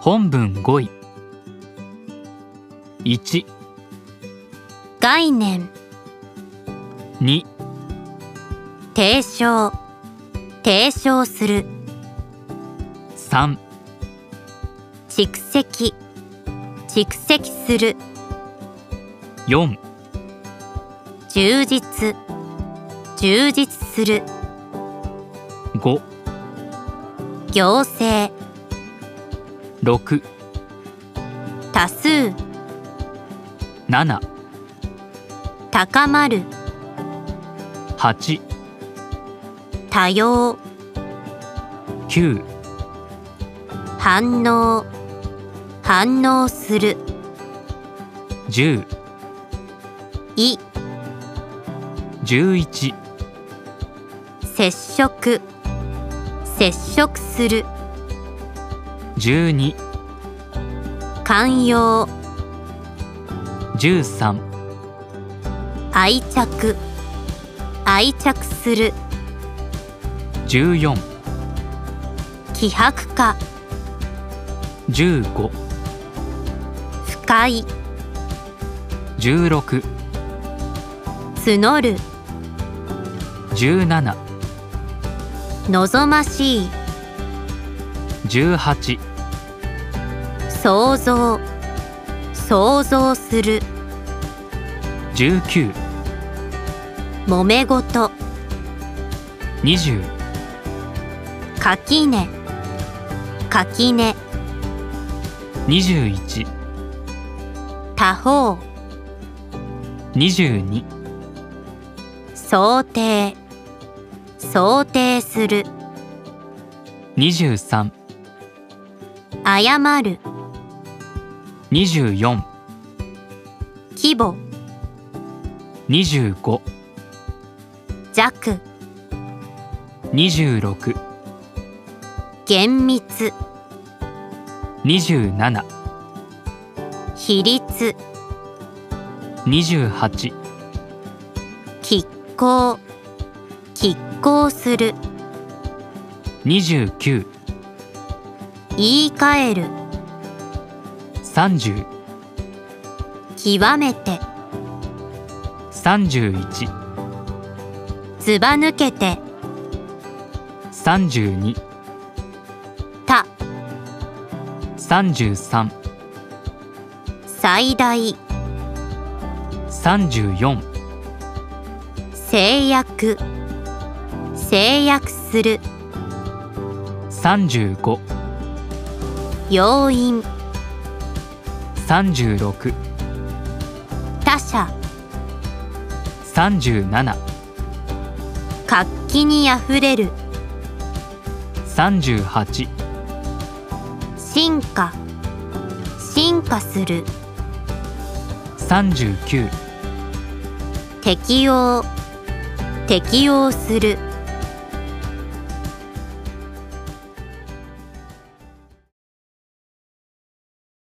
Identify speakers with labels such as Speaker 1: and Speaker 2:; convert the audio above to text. Speaker 1: 本文5位1、
Speaker 2: 概念
Speaker 1: 2、
Speaker 2: 提唱提唱する
Speaker 1: 3、
Speaker 2: 蓄積蓄積する
Speaker 1: 4、
Speaker 2: 充実充実する
Speaker 1: 5、
Speaker 2: 行政
Speaker 1: 6、
Speaker 2: 多数
Speaker 1: 7、
Speaker 2: 高まる
Speaker 1: 8、
Speaker 2: 多様
Speaker 1: 9、
Speaker 2: 反応反応する
Speaker 1: 10、
Speaker 2: い
Speaker 1: 11、
Speaker 2: 接触接触する
Speaker 1: 12、
Speaker 2: 寛容
Speaker 1: 13、
Speaker 2: 愛着愛着する
Speaker 1: 14、
Speaker 2: 希薄化
Speaker 1: 15、
Speaker 2: 不快
Speaker 1: 16、
Speaker 2: 募る
Speaker 1: 17、
Speaker 2: 望ましい
Speaker 1: 18、
Speaker 2: 想像想像する
Speaker 1: 19、
Speaker 2: 揉め事
Speaker 1: 20、
Speaker 2: 垣根垣根
Speaker 1: 21、
Speaker 2: 他方
Speaker 1: 22、
Speaker 2: 想定想定する
Speaker 1: 23、
Speaker 2: 謝る
Speaker 1: 24、
Speaker 2: 規模
Speaker 1: 25、
Speaker 2: 弱
Speaker 1: 26、
Speaker 2: 厳密
Speaker 1: 27、
Speaker 2: 比率
Speaker 1: 28、
Speaker 2: 拮抗拮抗する
Speaker 1: 29、
Speaker 2: 言い換える
Speaker 1: 30、
Speaker 2: 極めて
Speaker 1: 31、
Speaker 2: ずば抜けて
Speaker 1: 32、
Speaker 2: 他
Speaker 1: 33、
Speaker 2: 最大
Speaker 1: 34、
Speaker 2: 制約制約する
Speaker 1: 35、
Speaker 2: 要因
Speaker 1: 36、
Speaker 2: 他者
Speaker 1: 37、
Speaker 2: 活気にあふれる
Speaker 1: 38、
Speaker 2: 進化進化する
Speaker 1: 39、
Speaker 2: 適応適応する